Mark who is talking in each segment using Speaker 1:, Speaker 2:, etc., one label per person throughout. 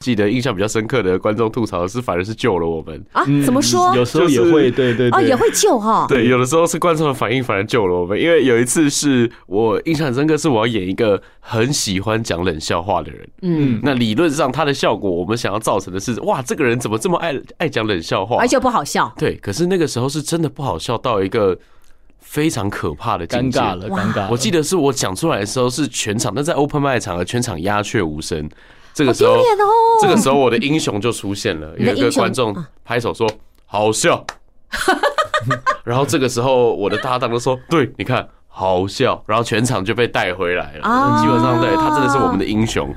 Speaker 1: 记得印象比较深刻的观众吐槽是，反而是救了我们。
Speaker 2: 啊
Speaker 3: 嗯？
Speaker 2: 怎么说？
Speaker 3: 有时候也会，对对对，
Speaker 2: 哦，也会救哈、
Speaker 1: 对，有的时候是观众的反应反而救了我们，因为有一次是我印象很深刻，是我要演一个很喜欢讲冷笑话的人。
Speaker 2: 嗯，
Speaker 1: 那理论上他的效果，我们想要造成的是，哇，这个人怎么这么爱爱讲冷笑话？
Speaker 2: 而且不好笑。
Speaker 1: 对，可是那个时候是真的不好笑到一个非常可怕的境
Speaker 3: 尴
Speaker 1: 界。
Speaker 3: 尬了，
Speaker 2: 哇
Speaker 3: 尴尬了。
Speaker 1: 我记得是我讲出来的时候是全场，但在 open mic 场合全场鸦雀无声。这个时候
Speaker 2: 好丢脸哦，
Speaker 1: 这个时候我的英雄就出现了，
Speaker 2: 你的
Speaker 1: 有一个
Speaker 2: 英雄啊
Speaker 1: 观众拍手说好笑， 然后这个时候我的搭档就说对，你看。好笑，然后全场就被带回来了。
Speaker 2: 啊
Speaker 1: 基本上对他真的是我们的英雄。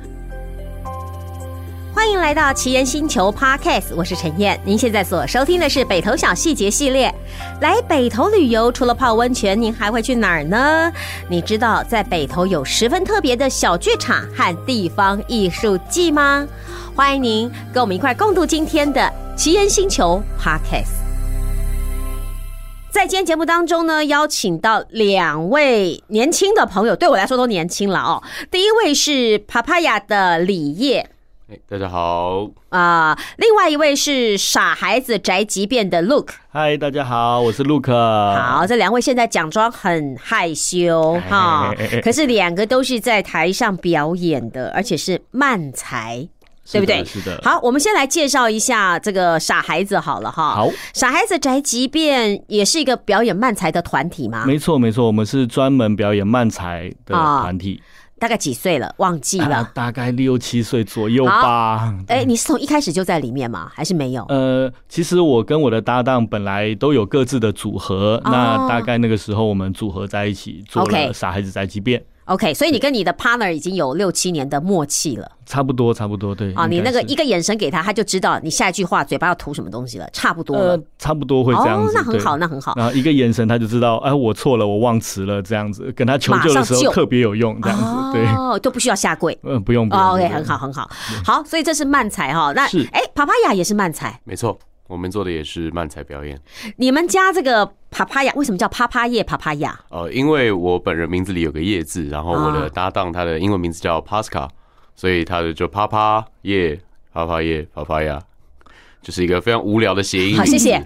Speaker 2: 欢迎来到奇人星球 Podcast，我是陈燕。您现在所收听的是北投小细节系列。来北投旅游，除了泡温泉，您还会去哪儿呢？你知道在北投有十分特别的小剧场和地方艺术季吗？欢迎您跟我们一块共度今天的奇人星球 Podcast。在今天节目当中呢，邀请到两位年轻的朋友，对我来说都年轻了哦。第一位是帕帕亚的李烨，
Speaker 1: 哎大家好，
Speaker 2: 啊、另外一位是傻孩子宅急便的 Look。
Speaker 3: 嗨，大家好，我是 Luke。好，
Speaker 2: 好，这两位现在假装很害羞哈，可是两个都是在台上表演的，而且是慢才，对不对？
Speaker 3: 是的，
Speaker 2: 好，我们先来介绍一下这个傻孩子好了哈。
Speaker 3: 好，
Speaker 2: 傻孩子宅急便也是一个表演慢才的团体嘛，
Speaker 3: 没错没错，我们是专门表演慢才的
Speaker 2: 哦
Speaker 3: 团体，
Speaker 2: 大概几岁了？忘记
Speaker 3: 啊
Speaker 2: 了。
Speaker 3: 大概六七岁左右吧。
Speaker 2: 哎、你是从一开始就在里面吗？还是没有？
Speaker 3: 呃，其实我跟我的搭档本来都有各自的组合，那大概那个时候我们组合在一起做
Speaker 2: 哦
Speaker 3: 了
Speaker 2: OK
Speaker 3: 《傻孩子宅急便》，
Speaker 2: OK，所以你跟你的 partner 已经有六七年的默契了。
Speaker 3: 差不多差不多，对。
Speaker 2: 啊，你
Speaker 3: 应该
Speaker 2: 那个
Speaker 3: 是
Speaker 2: 一个眼神给他，他就知道你下一句话嘴巴要吐什么东西了，差不多了
Speaker 3: 呃。，差不多会这样
Speaker 2: 哦
Speaker 3: 子，，
Speaker 2: 那很
Speaker 3: 对
Speaker 2: 好，。那很好。
Speaker 3: 然后一个眼神他就知道，哎，我错了，我忘词了，这样子跟他求救的时
Speaker 2: 马上救
Speaker 3: 候特别有用，这样子，对，
Speaker 2: 哦，都不需要下跪。
Speaker 3: 嗯，不用不用
Speaker 2: 哦，OK，
Speaker 3: 不用
Speaker 2: 很好，很好，好，所以这是慢才哈。那
Speaker 3: 是
Speaker 2: 哎，帕帕亚也是慢才。
Speaker 1: 没错，我们做的也是漫才表演。
Speaker 2: 你们家这个帕帕亚为什么叫帕帕叶帕帕 亚？
Speaker 1: 呃，因为我本人名字里有个叶字，然后我
Speaker 2: 啊
Speaker 1: 的搭档他的英文名字叫 Pasca，所以他的就啪啪耶、啪啪耶、啪啪呀，就是一个非常无聊的谐音。
Speaker 2: 好，谢 谢。。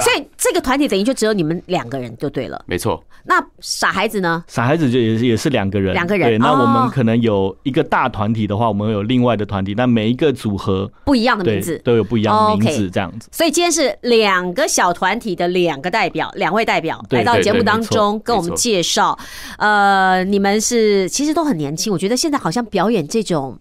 Speaker 2: 所以这个团体等于就只有你们两个人就对了。
Speaker 1: 没错，
Speaker 2: 那傻孩子呢？
Speaker 3: 傻孩子就也是也是两个人，
Speaker 2: 两个人
Speaker 3: 对，那
Speaker 2: 哦
Speaker 3: 我们可能有一个大团体的话，我们有另外的团体，那每一个组合
Speaker 2: 不一样的
Speaker 3: 对
Speaker 2: 名字。
Speaker 3: 都有不一样的
Speaker 2: 哦
Speaker 3: 名
Speaker 2: ，OK
Speaker 3: 字，这样子。
Speaker 2: 所以今天是两个小团体的两个代表，两位代表
Speaker 3: 对
Speaker 2: 来到节目当
Speaker 3: 对对
Speaker 2: 中跟我们
Speaker 1: 没错
Speaker 2: 介绍，呃，你们是其实都很年轻，我觉得现在好像表演这种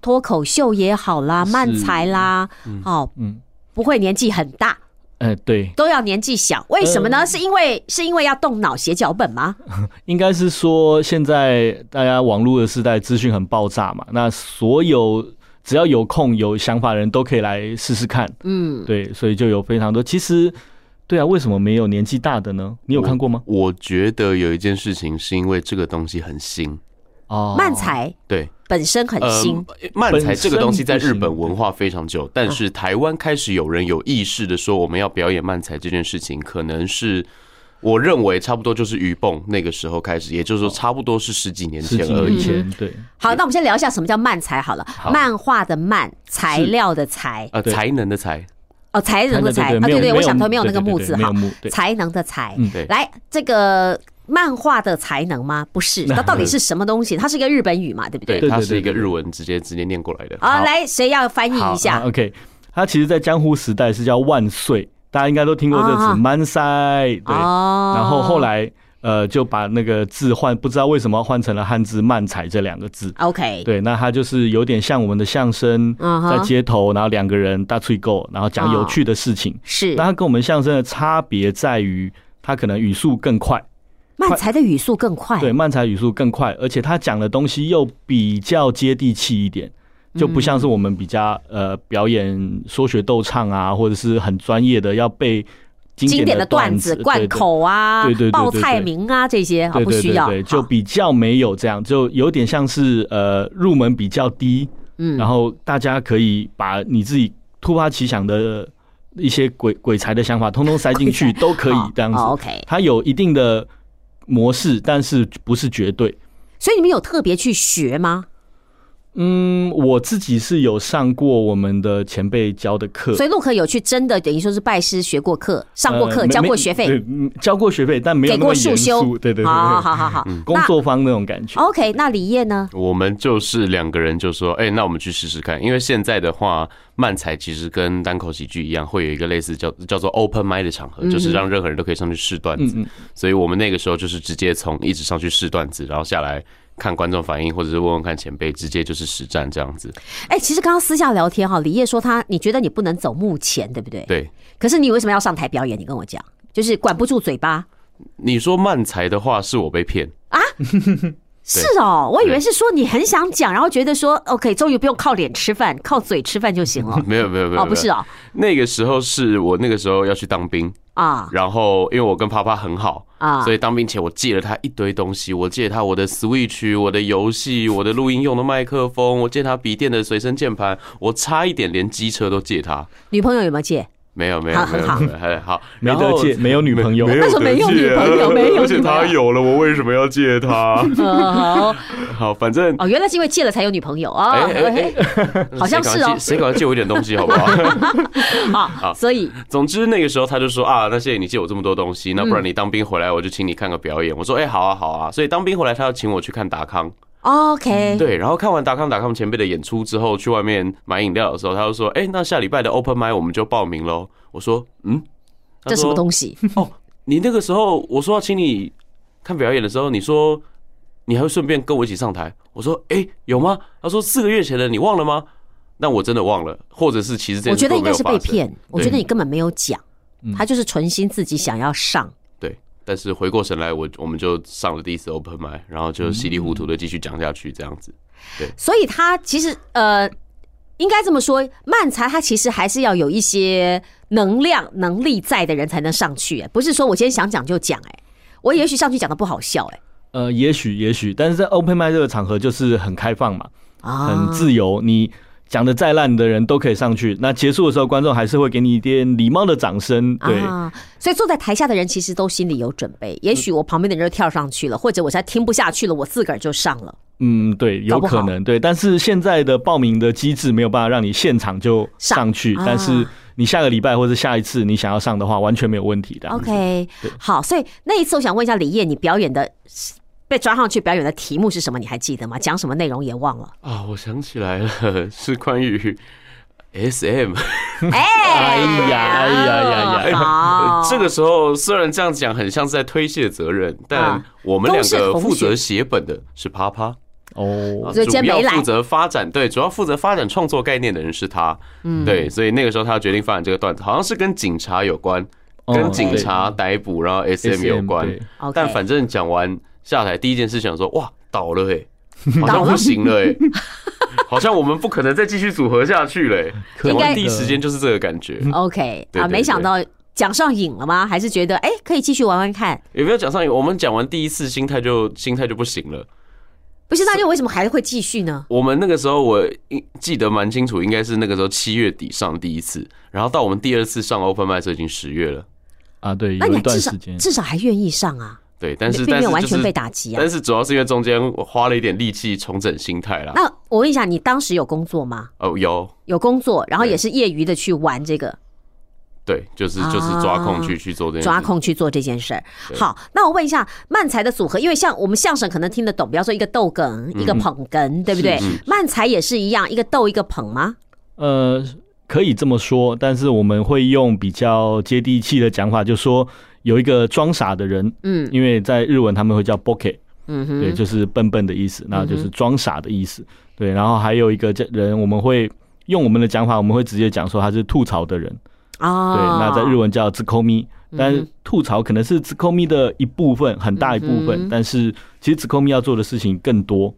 Speaker 2: 脱口秀也好啦，
Speaker 3: 是
Speaker 2: 漫才啦，哦，
Speaker 3: 嗯，
Speaker 2: 不会年纪很大，
Speaker 3: 哎，对，
Speaker 2: 都要年纪小，为什么
Speaker 3: 嗯
Speaker 2: 呢？是因为是因为要动脑写脚本吗？
Speaker 3: 应该是说现在大家网络的时代，资讯很爆炸嘛，那所有只要有空有想法的人都可以来试试看，
Speaker 2: 嗯，
Speaker 3: 对，所以就有非常多。其实，对啊，为什么没有年纪大的呢？
Speaker 2: 嗯
Speaker 3: 你有看过吗？
Speaker 1: 我觉得有一件事情是因为这个东西很新，
Speaker 3: 哦，
Speaker 2: 漫才
Speaker 1: 对，
Speaker 2: 本身很新，
Speaker 1: 呃，漫才这个东西在日
Speaker 3: 本身
Speaker 1: 本
Speaker 3: 不行
Speaker 1: 文化非常久，但是台湾开始有人有意识的说我们要表演漫才这件事情，可能是我认为差不多就是鱼蹦那个时候开始，也就是说差不多是十几年
Speaker 3: 十
Speaker 1: 前
Speaker 3: 几
Speaker 1: 而
Speaker 3: 年
Speaker 1: 已。
Speaker 2: 嗯
Speaker 3: 前，嗯对，
Speaker 2: 好，那我们先聊一下什么叫漫才好了。漫画的漫，材料的材，
Speaker 1: 呃，
Speaker 3: 对
Speaker 1: 才能的才，
Speaker 2: 哦，才能的才，
Speaker 3: 对
Speaker 2: 啊，
Speaker 3: 没
Speaker 2: 对
Speaker 3: 有
Speaker 2: 对，
Speaker 3: 没
Speaker 2: 我
Speaker 3: 有
Speaker 2: 想头没有那个
Speaker 3: 对对
Speaker 2: 木
Speaker 3: 对
Speaker 2: 字
Speaker 3: 没有
Speaker 2: 哈
Speaker 3: 木，对
Speaker 2: 才能的才
Speaker 3: 嗯。
Speaker 1: 对
Speaker 2: 来，这个漫画的才能吗？不 是，它到底是什么东西？它是一个日本语嘛，对不对？
Speaker 1: 对，它
Speaker 3: 对
Speaker 1: 是一个
Speaker 3: 对对
Speaker 1: 日文直接直接念过来的。
Speaker 2: 啊，
Speaker 3: 好
Speaker 2: 来，谁要翻译一
Speaker 3: 好
Speaker 2: 下
Speaker 3: 那？OK，它啊其实，在江户时代是叫万岁，大家应该都听过这个
Speaker 2: 啊
Speaker 3: 词“满塞”，嗯对。
Speaker 2: 哦
Speaker 3: 然后后来呃，就把那个字换，不知道为什么换成了汉字“漫才”这两个字。
Speaker 2: ，OK，
Speaker 3: 对，那它就是有点像我们的相声，
Speaker 2: 哎嗯哼啊
Speaker 3: 在街头，然后两个人大吹够，然后讲有趣的事情。
Speaker 2: 是
Speaker 3: 那它跟我们相声的差别在于，它可能语速更快，
Speaker 2: 漫才的语速更快，
Speaker 3: 对，漫才语速更快，而且他讲的东西又比较接地气一点，
Speaker 2: 嗯
Speaker 3: 就不像是我们比较呃表演说学逗唱啊，或者是很专业的要背
Speaker 2: 经
Speaker 3: 经
Speaker 2: 典
Speaker 3: 典
Speaker 2: 的段子、
Speaker 3: 对
Speaker 2: 贯。口啊
Speaker 3: 对对对、对
Speaker 2: 报
Speaker 3: 对
Speaker 2: 菜名啊这些，啊
Speaker 3: 对
Speaker 2: 不
Speaker 3: 对
Speaker 2: 需
Speaker 3: 对
Speaker 2: 要
Speaker 3: 对对，，就
Speaker 2: 好
Speaker 3: 比较没有这样，就有点像是呃入门比较低，
Speaker 2: 嗯
Speaker 3: 然后大家可以把你自己突发奇想的一些鬼鬼才的想法，通通塞进 去
Speaker 2: 鬼
Speaker 3: 都可以
Speaker 2: 好
Speaker 3: 这样
Speaker 2: 好
Speaker 3: 子。
Speaker 2: OK，
Speaker 3: 它有一定的模式，但是不是绝对。
Speaker 2: 所以你们有特别去学吗？
Speaker 3: 嗯，我自己是有上过我们的前辈教的课，
Speaker 2: 所以陆可有去真的等于说是拜师学过课，上过课，
Speaker 3: 呃
Speaker 2: 交过
Speaker 3: 没
Speaker 2: 学费，
Speaker 3: 对，嗯交过学费，但没有
Speaker 2: 给
Speaker 3: 那么
Speaker 2: 过束
Speaker 3: 严
Speaker 2: 修，
Speaker 3: 肃，对对对
Speaker 2: 好
Speaker 3: 对，
Speaker 2: 好哦好好，
Speaker 3: 工作坊那种感觉。
Speaker 2: OK，那李烨呢？
Speaker 1: 我们就是两个人就说，哎、那我们去试试看。因为现在的话，漫才其实跟单口喜剧一样，会有一个类似叫叫做 open m i d 的场合，
Speaker 2: 嗯
Speaker 1: 就是让任何人都可以上去试段子。
Speaker 3: 嗯嗯
Speaker 1: 所以我们那个时候就是直接从一直上去试段子，然后下来看观众反应，或者是问问看前辈，直接就是实战这样子。
Speaker 2: 哎、其实刚刚私下聊天哈，李烨说他，你觉得你不能走幕前，对不对？。
Speaker 1: 对，
Speaker 2: 可是你为什么要上台表演？你跟我讲，就是管不住嘴巴
Speaker 1: 你说漫才的话，是我被骗。。
Speaker 2: 是哦，我以为是说你很想讲，然后觉得说 OK，终于不用靠脸吃饭，靠嘴吃饭就行了
Speaker 1: 没有没有没有，
Speaker 2: 哦，不是
Speaker 1: 没有
Speaker 2: 哦，
Speaker 1: 那个时候是我那个时候要去当兵，
Speaker 2: 啊
Speaker 1: 然后因为我跟啪啪很好，
Speaker 2: 啊
Speaker 1: 所以当兵前我借了他一堆东西，我借他我的 Switch、我的游戏、我的录音用的麦克风，我借他笔电的随身键盘，我差一点连机车都借他。
Speaker 2: 女朋友有没 有借？
Speaker 1: 没有没有
Speaker 2: 好
Speaker 1: 没有，
Speaker 2: 好
Speaker 1: 没有还好，
Speaker 3: 没得
Speaker 1: 然后
Speaker 3: 借，没有女朋友，
Speaker 2: 那时候没有女朋友，没有
Speaker 1: 而且
Speaker 2: 女朋
Speaker 1: 他
Speaker 2: 友。
Speaker 1: 有了，我为什么要借 他？
Speaker 2: 哦，
Speaker 1: 好，反正
Speaker 2: 哦，原来是因为借了才有女朋友哦。
Speaker 1: 哎哎哎
Speaker 2: 哎好像是哦
Speaker 1: 谁敢借谁敢借我一点东西好不好？ 哎
Speaker 2: 啊，所以
Speaker 1: 总之那个时候他就说啊，那谢谢你借我这么多东西，那不然你当兵回来我就请你看个表演。我说哎、好啊好啊，所以当兵回来他要请我去看达康，
Speaker 2: OK，
Speaker 1: 对，然后看完达康达康前辈的演出之后，去外面买饮料的时候，他就说哎、那下礼拜的 Open m i 我们就报名喽。我说嗯，
Speaker 2: 这什么
Speaker 1: 西？
Speaker 2: 东西？
Speaker 1: 你那个时候我说要请你看表演的时候，你说你还会顺便跟我一起上台，我说哎、有吗？他说四个月前的你忘了吗？那我真的忘了，或者是其实这
Speaker 2: 我
Speaker 1: 件事
Speaker 2: 觉得
Speaker 1: 根本没
Speaker 2: 应该
Speaker 1: 有
Speaker 2: 是
Speaker 1: 发
Speaker 2: 被
Speaker 1: 生
Speaker 2: 骗，我
Speaker 1: 对嗯
Speaker 2: 觉得你根本没有讲，他就是存心自己想要上。
Speaker 1: 对，但是回过神来，我我们就上了第一次 open m i 然后就稀里糊涂的继续讲下去，这样子。
Speaker 2: 所以他其实呃，应该这么说，慢才他其实还是要有一些能量、能力在的人才能上去、哎不是说我今天想讲就讲，哎，我也许上去讲的不好笑、哎
Speaker 3: 呃，也许也许，但是在 open m i 这个场合就是很开放嘛，
Speaker 2: 啊，
Speaker 3: 很自由，你讲的再烂的人都可以上去。那结束的时候，观众还是会给你一点礼貌的掌声，对，嗯
Speaker 2: 啊，所以坐在台下的人其实都心里有准备，也许我旁边的人就跳上去了，或者我才听不下去了，我自个儿就上了。
Speaker 3: 嗯，对，
Speaker 2: 搞
Speaker 3: 有
Speaker 2: 不好
Speaker 3: 可能，对。但是现在的报名的机制没有办法让你现场就
Speaker 2: 上
Speaker 3: 上去，
Speaker 2: 啊
Speaker 3: 但是你下个礼拜或者下一次你想要上的话，完全没有问题的。
Speaker 2: 啊 OK，好，所以那一次我想问一下李烨，你表演的被抓上去表演的题目是什么？你还记得吗？讲什么内容也忘 了。
Speaker 1: 啊，我想起来了， 是关于 SM。，
Speaker 2: 哎
Speaker 3: 哎呀哎呀呀呀
Speaker 2: 好
Speaker 1: 这个时候虽然这样讲很像是在推卸责任，但
Speaker 2: 啊
Speaker 1: 我们
Speaker 2: 都
Speaker 1: 两
Speaker 2: 是
Speaker 1: 个
Speaker 2: 同
Speaker 1: 负责
Speaker 2: 学
Speaker 1: 写本的是啪啪，啊
Speaker 3: 哦，
Speaker 2: 所以今天
Speaker 1: 主要
Speaker 2: 没来
Speaker 1: 负责发展对，主要负责发展创作概念的人是他。对，所以那个时候他决定发展这个段子，好像是跟警察有关，
Speaker 3: 哦
Speaker 1: 跟警察逮捕然后 SM 有关。
Speaker 3: 对
Speaker 1: 但
Speaker 2: OK，
Speaker 1: 反正讲完下台，第一件事想说，哇，倒了哎、欸，好像不行了哎、欸，好像我们不可能再继续组合下去了、欸。
Speaker 3: 可
Speaker 1: 讲
Speaker 2: 应该
Speaker 1: 完第一时间就是这个感觉，
Speaker 2: OK
Speaker 1: 对对
Speaker 2: 啊，
Speaker 1: 对
Speaker 2: 没想到讲上瘾了吗？还是觉得哎可以继续玩玩看？
Speaker 1: 也没有讲上瘾。我们讲完第一次，心态就心态就不行了。
Speaker 2: 不是，那你为什么还会继续呢？
Speaker 1: 我们那个时候我应记得蛮清楚，应该是那个时候七月底上第一次，然后到我们第二次上 Open m i 已经十月了。
Speaker 3: 啊，对，
Speaker 2: 那
Speaker 3: 有
Speaker 2: 你
Speaker 3: 一
Speaker 2: 还
Speaker 3: 段
Speaker 2: 至少
Speaker 3: 时间，
Speaker 2: 至少还愿意上啊，
Speaker 1: 对，但是
Speaker 2: 并
Speaker 1: 但
Speaker 2: 没
Speaker 1: 是
Speaker 2: 有完
Speaker 1: 就
Speaker 2: 全被
Speaker 1: 是，
Speaker 2: 打击啊
Speaker 1: 但。是主要是因为中间我花了一点力气重整心态啦。
Speaker 2: 那我问一下，你当时有工作吗？
Speaker 1: 哦，有
Speaker 2: 有工作，然后
Speaker 1: 对
Speaker 2: 也是业余的去玩这个，
Speaker 1: 对，就是就是
Speaker 2: 啊
Speaker 1: 抓空去去做这件事
Speaker 2: 抓
Speaker 1: 情。
Speaker 2: 空去做这件事儿。好，那我问一下漫才的组合，因为像我们相声可能听得懂，比方说一个逗哏，一个捧哏，对不对
Speaker 1: 嗯是？
Speaker 2: 漫才也是一样，一个逗一个捧吗？
Speaker 3: 呃，可以这么说，但是我们会用比较接地气的讲法，就说有一个装傻的人，
Speaker 2: 嗯
Speaker 3: 因为在日文他们会叫 bokeh，
Speaker 2: 嗯
Speaker 3: 对，
Speaker 2: 哼，
Speaker 3: 就是笨笨的意思，那就是装傻的意思，对。然后还有一个这人，我们会用我们的讲法，我们会直接讲说他是吐槽的人，
Speaker 2: 啊
Speaker 3: 对，那在日文叫 z i k o m i
Speaker 2: 嗯
Speaker 3: 但是吐槽可能是 z i k o m i 的一部分，很大一部
Speaker 2: 嗯
Speaker 3: 分，但是其实 z i k o m i 要做的事情更多，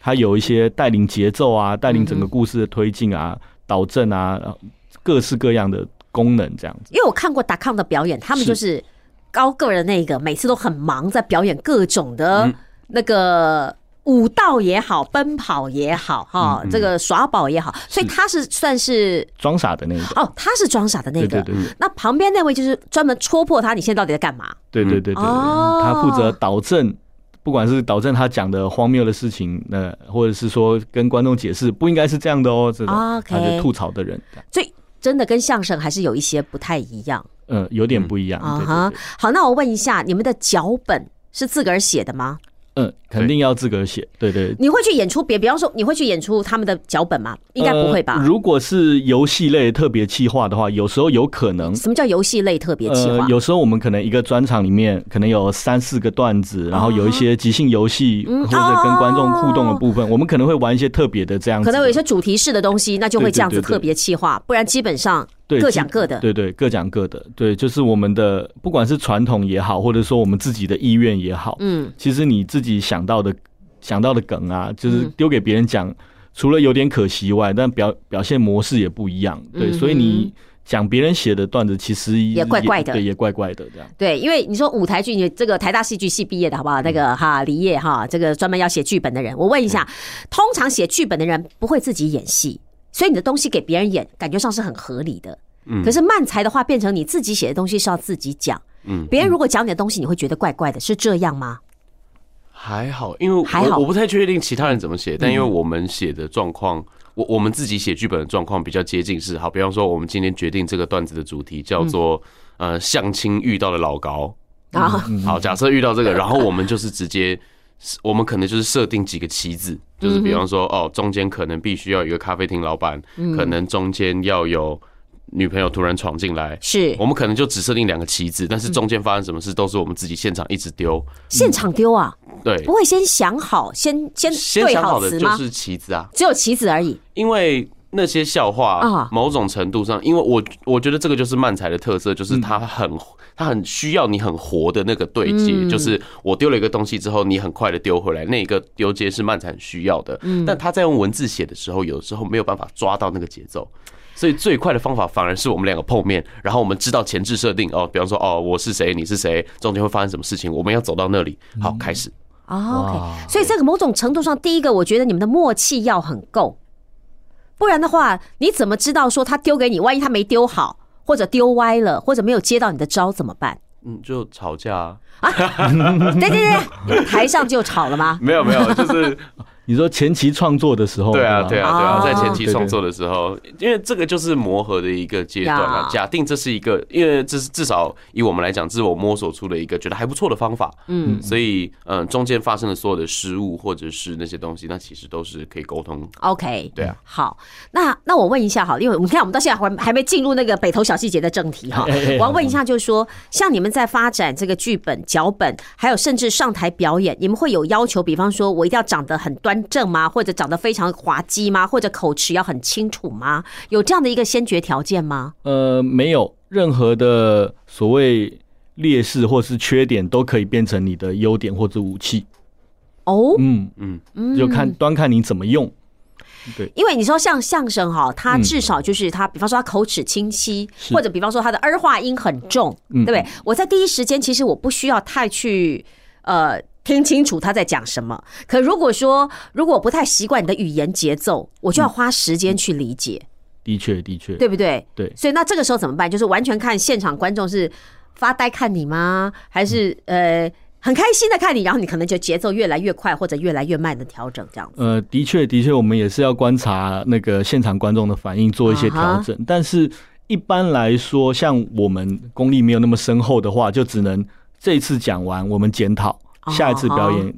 Speaker 3: 它有一些带领节奏啊，带领整
Speaker 2: 嗯
Speaker 3: 个故事的推进啊，导正啊，然后各式各样的功能这样子。
Speaker 2: 因为我看过达康的表演，他们就是高个儿的那个，每次都很忙，在表演各种的那个舞蹈也好，奔跑也好，哈，这个耍宝也好，所以他是算是
Speaker 3: 装傻的那一个，
Speaker 2: 哦，他是装傻的那
Speaker 3: 对对
Speaker 2: 个。
Speaker 3: 对对
Speaker 2: 那旁边那位就是专门戳破他，你现在到底在干嘛？
Speaker 3: 对对对对，
Speaker 2: 哦
Speaker 3: 他负责导正不管是导正他讲的荒谬的事情，那或者是说跟观众解释不应该是这样的哦，这种
Speaker 2: OK
Speaker 3: 他就吐槽的人，这样
Speaker 2: 所以真的跟相声还是有一些不太一样
Speaker 3: 呃，有点不一样，
Speaker 2: 啊
Speaker 3: 对
Speaker 2: 哈
Speaker 3: 对对。
Speaker 2: 好，那我问一下，你们的脚本是自个儿写的吗？
Speaker 3: 嗯，肯定要自个儿写，对对
Speaker 2: 你会去演出别，比方说你会去演出他们的脚本吗？应该不会吧
Speaker 3: 呃？如果是游戏类特别企划的话，有时候有可能。呃
Speaker 2: 什么叫游戏类特别企划？
Speaker 3: 有时候我们可能一个专场里面可能有三四个段子，然后有一些即兴游戏
Speaker 2: 啊嗯
Speaker 3: 或者跟观众互动的部分，我们可能会玩一些特别的这样子的。
Speaker 2: 可能有一些主题式的东西，那就会这样子
Speaker 3: 对对对对
Speaker 2: 特别企划，不然基本上
Speaker 3: 对
Speaker 2: 各
Speaker 3: 基
Speaker 2: 讲各的。
Speaker 3: 对对，各讲各的。对，就是我们的不管是传统也好，或者说我们自己的意愿也好，
Speaker 2: 嗯，
Speaker 3: 其实你自己想到的想到的梗啊，就是
Speaker 2: 嗯
Speaker 3: 丢给别人讲，除了有点可惜以外，但表表现模式也不一样。对，
Speaker 2: 嗯哼
Speaker 3: 所以你讲别人写的段子，其实也
Speaker 2: 也怪怪的
Speaker 3: 对，也怪怪的这样。
Speaker 2: 对，因为你说舞台剧，你这个台大戏剧系毕业的好不好？那个哈李烨哈，这个专门要写剧本的人，我问一下，通常写剧本的人不会自己演戏，所以你的东西给别人演，感觉上是很合理的。
Speaker 1: 嗯
Speaker 2: 可是漫才的话，变成你自己写的东西是要自己讲，
Speaker 1: 嗯，
Speaker 2: 别人如果讲你的东西，你会觉得怪怪的，是这样吗？
Speaker 1: 还好，因为
Speaker 2: 还好
Speaker 1: 我
Speaker 2: 嗯
Speaker 1: 我不太确定其他人怎么写，但因为我们写的状况，我我们自己写剧本的状况比较接近是好，比方说我们今天决定这个段子的主题叫做、呃相亲遇到的老高，
Speaker 2: 嗯
Speaker 1: 嗯
Speaker 2: 啊，
Speaker 1: 好，假设遇到这个，然后我们就是直接，我们可能就是设定几个棋子，
Speaker 2: 嗯
Speaker 1: 就是比方说，哦，中间可能必须要有一个咖啡厅老板，
Speaker 2: 嗯
Speaker 1: 可能中间要有女朋友突然闯进来。
Speaker 2: 是嗯
Speaker 1: 我们可能就只设定两个棋子，但是中间发生什么事都是我们自己现场一直丢。
Speaker 2: 现场丢啊，
Speaker 1: 对，
Speaker 2: 不会先想好，先先
Speaker 1: 先
Speaker 2: 嗯对
Speaker 1: 想好的
Speaker 2: 词
Speaker 1: 就
Speaker 2: 吗？
Speaker 1: 是棋子啊，
Speaker 2: 只有棋子而已。
Speaker 1: 因为那些笑
Speaker 2: 啊
Speaker 1: 话，某种程度上，因为我我觉得这个就是漫才的特色，就是它很它很需要你很活的那个对接，
Speaker 2: 嗯
Speaker 1: 就是我丢了一个东西之后，你很快的丢回来，那一个丢接是漫才很需要的。
Speaker 2: 嗯
Speaker 1: 但他在用文字写的时候，有时候没有办法抓到那个节奏。所以最快的方法反而是我们两个碰面，然后我们知道前置设定哦，比方说哦我是谁，你是谁，中间会发生什么事情，我们要走到那里，好开始。
Speaker 2: 哦
Speaker 3: 哇
Speaker 2: OK，所以这个某种程度上，第一个我觉得你们的默契要很够，不然的话，你怎么知道说他丢给你？万一他没丢好，或者丢歪了，或者没有接到你的招怎么办？
Speaker 1: 嗯，就吵架、啊？
Speaker 2: 对对对，台上就吵了吗？
Speaker 1: 没有没有，就是
Speaker 3: 你说前期创作的时候，
Speaker 1: 对啊，
Speaker 3: 吧
Speaker 1: 对啊，对
Speaker 2: 哦
Speaker 1: 啊，在前期
Speaker 3: 对对
Speaker 1: 创作的时候，因为这个就是磨合的一个阶段
Speaker 2: 呀
Speaker 1: 啊。假定这是一个，因为这是至少以我们来讲，这是我摸索出了一个觉得还不错的方法。
Speaker 2: 嗯
Speaker 1: 嗯，所以嗯，中间发生的所有的失误或者是那些东西，那其实都是可以沟通。
Speaker 2: OK，
Speaker 1: 对啊，
Speaker 2: 好，那那我问一下好了，因为我们看我们到现在还还没进入那个北投小细节的正题哈，
Speaker 3: 哎哎哎
Speaker 2: 我要问一下，就是说，像你们在发展这个剧本、脚本，还有甚至上台表演，你们会有要求，比方说我一定要长得很端正吗？或者长得非常滑稽吗？或者口齿要很清楚吗？有这样的一个先决条件吗？
Speaker 3: 呃，没有任何的所谓劣势或是缺点都可以变成你的优点或者武器。
Speaker 2: 哦，
Speaker 3: 嗯，
Speaker 1: 嗯，
Speaker 3: 就看端看你怎么用。
Speaker 2: 因为你说像相声哈，它至少就是它，比方说它口齿清晰，
Speaker 3: 嗯是
Speaker 2: 或者比方说它的儿化音很重，对
Speaker 3: 嗯
Speaker 2: 不对？我在第一时间其实我不需要太去呃听清楚他在讲什么。可如果说如果我不太习惯你的语言节奏，我就要花时间去理解，
Speaker 3: 的确，的确，
Speaker 2: 对不对？
Speaker 3: 嗯对
Speaker 2: 所以那这个时候怎么办？就是完全看现场观众是发呆看你吗？还是
Speaker 3: 嗯
Speaker 2: 呃？很开心的看你，然后你可能就节奏越来越快或者越来越慢的调整，这样子。
Speaker 3: 呃，的确，的确，我们也是要观察那个现场观众的反应，做一
Speaker 2: 啊
Speaker 3: 些调整。但是一般来说，像我们功力没有那么深厚的话，就只能这一次讲完，我们检讨
Speaker 2: 哦
Speaker 3: 下一次表演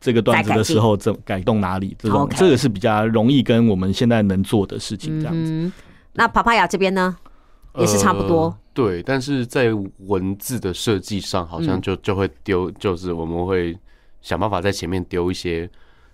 Speaker 3: 这个段子的时候，怎改动哪里？这种
Speaker 2: OK
Speaker 3: 这个是比较容易跟我们现在能做的事情这样子。
Speaker 2: 嗯，那帕帕雅这边呢，也是差不多。
Speaker 1: 呃对，但是在文字的设计上，好
Speaker 2: 嗯
Speaker 1: 像就就会丢，就是我们会想办法在前面丢一些。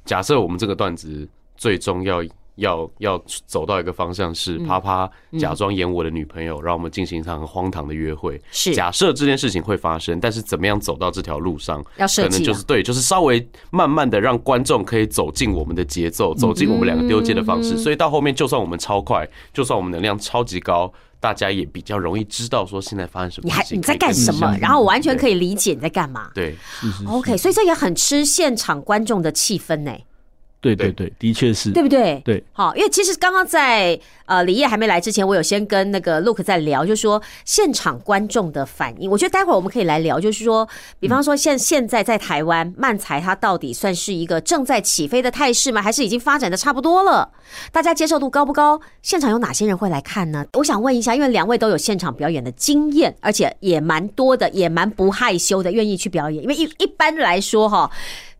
Speaker 1: 假设我们这个段子最终要要要走到一个方向
Speaker 2: 嗯
Speaker 1: 是啪啪假装演我的女朋友，让我们进行一场很荒唐的约会。
Speaker 2: 是
Speaker 1: 假设这件事情会发生，但是怎么样走到这条路上，
Speaker 2: 要设
Speaker 1: 可能
Speaker 2: 计啊
Speaker 1: 就
Speaker 2: 了
Speaker 1: 是对，就是稍微慢慢的让观众可以走进我们的节
Speaker 2: 嗯
Speaker 1: 奏，走进我们两个丢接的方式。所以到后面，就算我们超快，就算我们能量超级高，大家也比较容易知道说现在发生什么
Speaker 2: 你
Speaker 1: 事
Speaker 2: 还
Speaker 1: 情，
Speaker 2: 你在干
Speaker 1: 可以
Speaker 2: 什
Speaker 1: 跟
Speaker 2: 么
Speaker 1: 上？
Speaker 2: 然后我完全可以理解你在干嘛。
Speaker 1: 对，
Speaker 3: 是是是
Speaker 2: OK，所以这也很吃现场观众的气氛呢、
Speaker 3: 对对对，的确是。
Speaker 2: 对不对？
Speaker 3: 对，
Speaker 2: 好，因为其实刚刚在呃李烨还没来之前，我有先跟那个 Look 在聊，就说现场观众的反应。我觉得待会儿我们可以来聊，就是说，比方说现现在在台湾漫才，它到底算是一个正在起飞的态势吗？还是已经发展的差不多了？大家接受度高不高？现场有哪些人会来看呢？我想问一下，因为两位都有现场表演的经验，而且也蛮多的，也蛮不害羞的，愿意去表演。因为一一般来说哈，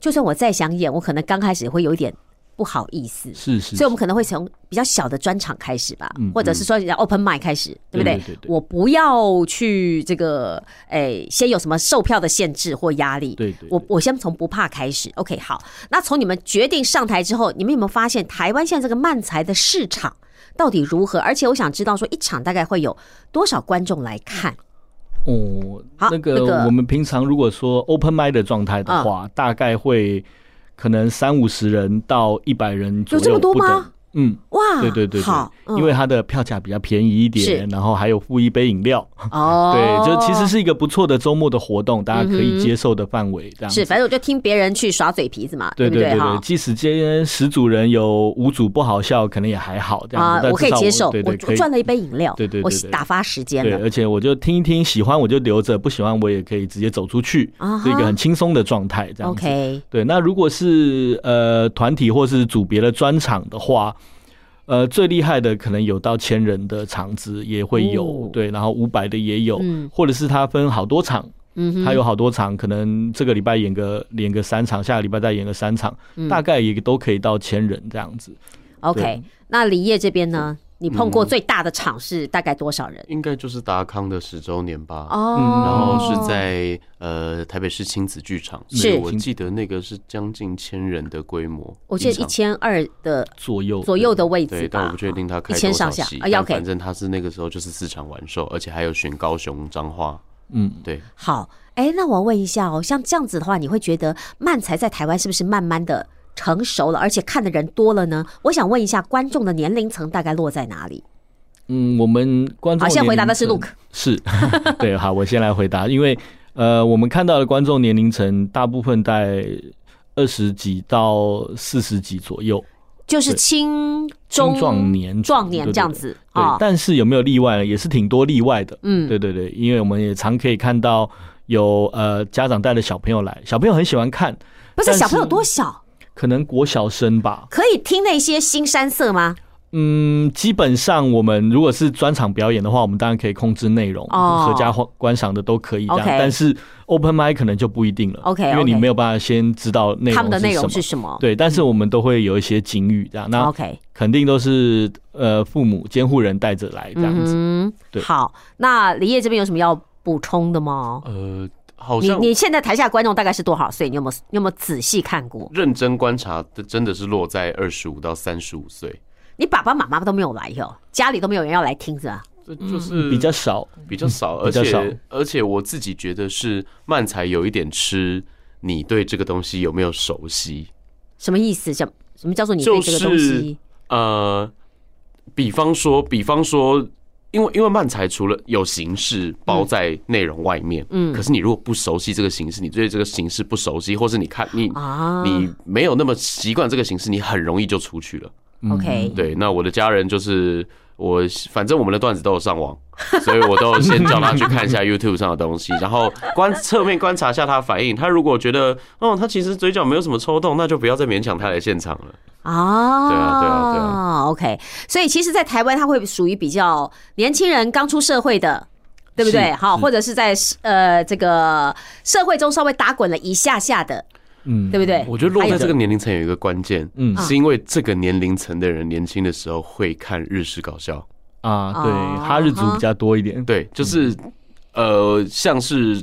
Speaker 2: 就算我再想演，我可能刚开始会有一点不好意思。
Speaker 3: 是是
Speaker 2: 所以，我们可能会从比较小的专场开始吧，
Speaker 3: 嗯
Speaker 2: 或者是说 open mic 开始，对不对？
Speaker 3: 对对对
Speaker 2: 我不要去这个，诶、先有什么售票的限制或压力。
Speaker 3: 对对对
Speaker 2: 我我先从不怕开始。OK，好。那从你们决定上台之后，你们有没有发现台湾现在这个漫才的市场到底如何？而且，我想知道说一场大概会有多少观众来看？
Speaker 3: 哦，
Speaker 2: 好
Speaker 3: 那
Speaker 2: 那个嗯
Speaker 3: 个我们平常如果说 open m i 的状态的话，大概会可能三五十人到一百人左
Speaker 2: 有
Speaker 3: 右，
Speaker 2: 这么多
Speaker 3: 不等
Speaker 2: 吗？
Speaker 3: 嗯，
Speaker 2: 哇，
Speaker 3: 对对对
Speaker 2: 好嗯
Speaker 3: 对，，因为它的票价比较便宜一
Speaker 2: 是
Speaker 3: 点，然后还有附一杯饮料，
Speaker 2: 哦，
Speaker 3: 对，就其实。是一个不错的周末的活动，大家
Speaker 2: 嗯
Speaker 3: 可
Speaker 2: 哼
Speaker 3: 以接受的范围，这样
Speaker 2: 是，
Speaker 3: 子
Speaker 2: 反正我就听别人去耍嘴皮子嘛，
Speaker 3: 对
Speaker 2: 不
Speaker 3: 对对
Speaker 2: 哈
Speaker 3: 对，？即使今天十组人有五组不好笑，可能也还好这样
Speaker 2: 啊
Speaker 3: 子，，但
Speaker 2: 我可以
Speaker 3: 至少
Speaker 2: 接受，
Speaker 3: 对
Speaker 2: 我
Speaker 3: 对，可
Speaker 2: 我
Speaker 3: 以
Speaker 2: 赚了一杯饮料，
Speaker 3: 对对对
Speaker 2: 我
Speaker 3: 对
Speaker 2: 打发时间
Speaker 3: 对，
Speaker 2: 了。
Speaker 3: 而且我就听一听，喜欢我就留着，不喜欢我也可以直接走出去
Speaker 2: 啊哈，
Speaker 3: 是一个很轻松的状态，这样子。
Speaker 2: OK，
Speaker 3: 对，那如果是呃团体或是组别的专场的话，呃最厉害的可能有到千人的场子也会有，
Speaker 2: 哦
Speaker 3: 对，然后五百的也有，
Speaker 2: 嗯
Speaker 3: 或者是它分好多场，
Speaker 2: 嗯哼，
Speaker 3: 它有好多场，可能这个礼拜演个演个三场，下个礼拜再演个三场，
Speaker 2: 嗯
Speaker 3: 大概也都可以到千人这样子。
Speaker 2: OK，
Speaker 3: 对嗯
Speaker 2: 那李烨这边呢？你碰过最大的场是大概多少人？
Speaker 1: 应该就是达康的十周年吧。
Speaker 2: 哦，
Speaker 1: 嗯然后是在呃台北市亲子剧场，
Speaker 2: 是
Speaker 1: 所以我记得那个是将近千人的规模，
Speaker 2: 我记得一
Speaker 1: 场
Speaker 2: 千二的
Speaker 3: 左右
Speaker 2: 左右的位置
Speaker 1: 对，但
Speaker 2: 吧，
Speaker 1: 我不确定他开
Speaker 2: 一千
Speaker 1: 多少
Speaker 2: 上下
Speaker 1: 戏，
Speaker 2: 啊，要
Speaker 1: 但
Speaker 2: 给
Speaker 1: 反正他是那个时候就是四场完售，而且还有选高雄、彰化，
Speaker 3: 嗯，
Speaker 1: 对，
Speaker 2: 好。哎，那我问一下哦，像这样子的话，你会觉得漫才在台湾是不是慢慢的成熟了，而且看的人多了呢？我想问一下，观众的年龄层大概落在哪里？
Speaker 3: 嗯，我们观众
Speaker 2: 好像回答的是
Speaker 3: 年龄
Speaker 2: Luke
Speaker 3: 层是， 对，好，我先来回答，因为呃，我们看到的观众年龄层大部分在二十几到四十几左右，
Speaker 2: 就是
Speaker 3: 对
Speaker 2: 青
Speaker 3: 青
Speaker 2: 中
Speaker 3: 壮年
Speaker 2: 壮年
Speaker 3: 对
Speaker 2: 这样
Speaker 3: 对
Speaker 2: 子
Speaker 3: 对
Speaker 2: 啊，，
Speaker 3: 但是有没有例外呢？也是挺多例外的。
Speaker 2: 嗯
Speaker 3: 对对对，因为我们也常可以看到有呃家长带着小朋友来，小朋友很喜欢看，
Speaker 2: 不是
Speaker 3: 但
Speaker 2: 小朋友
Speaker 3: 是
Speaker 2: 多小
Speaker 3: 可能国小生吧。
Speaker 2: 可以听那些新山色吗？
Speaker 3: 嗯，基本上我们如果是专场表演的话，我们当然可以控制内容，
Speaker 2: 哦
Speaker 3: 合家欢观赏的都可以这样。
Speaker 2: OK
Speaker 3: 但是 open mic 可能就不一定了
Speaker 2: OK，
Speaker 3: 因为你
Speaker 2: OK
Speaker 3: 没有办法先知道内容
Speaker 2: 他们的内容
Speaker 3: 什
Speaker 2: 是
Speaker 3: 么。
Speaker 2: 什么？
Speaker 3: 对，但是我们都会有一些警语这样，那
Speaker 2: OK，
Speaker 3: 肯定都是呃父母监护人带着来这样子。
Speaker 2: 嗯哼，
Speaker 3: 对
Speaker 2: 好，那李烨这边有什么要补充的吗？
Speaker 1: 呃，好
Speaker 2: 你
Speaker 1: 像
Speaker 2: 你现在台下观众大概是多少岁？你有没有你有没有仔细看过？
Speaker 1: 认真观察的真的是落在二十五到三十五岁，
Speaker 2: 你爸爸妈妈都没有来哟，家里都没有人要来听是吧？
Speaker 1: 这就是
Speaker 3: 比较少，
Speaker 1: 比较少，而
Speaker 3: 比较少
Speaker 1: 且而且我自己觉得是漫才有一点吃你对这个东西有没有熟悉，
Speaker 2: 什么意思？什么什么叫做你
Speaker 1: 就
Speaker 2: 对这个东西
Speaker 1: 是？呃，比方说，比方说，因为因为漫才除了有形式包在内容外面，嗯，可是你如果不熟悉这个形式，你对这个形式不熟悉，或是你看你、
Speaker 2: 啊
Speaker 1: 你没有那么习惯这个形式，你很容易就出去了。
Speaker 3: 嗯
Speaker 2: OK，
Speaker 1: 对，那我的家人就是我，反正我们的段子都有上网，所以我都先叫他去看一下 YouTube 上的东西，然后观侧面观察一下他的反应。他如果觉得，哦，他其实嘴角没有什么抽动，那就不要再勉强他来现场了。
Speaker 2: 啊，
Speaker 1: 对啊对啊对啊
Speaker 2: 哦 OK，所以其实，在台湾，它会属于比较年轻人刚出社会的，对不对？
Speaker 3: 是
Speaker 2: 好，
Speaker 3: 是
Speaker 2: 或者是在呃这个社会中稍微打滚了一下下的，
Speaker 3: 嗯，
Speaker 2: 对不对？
Speaker 1: 我觉得落在这
Speaker 2: 还
Speaker 1: 个
Speaker 2: 有
Speaker 1: 年龄层有一个关键，
Speaker 3: 嗯
Speaker 1: 是因为这个年龄层的人年轻的时候会看日式搞笑，
Speaker 3: 啊，对
Speaker 2: 哦，
Speaker 3: 哈日族比较多一点，
Speaker 1: 对，就是呃，像是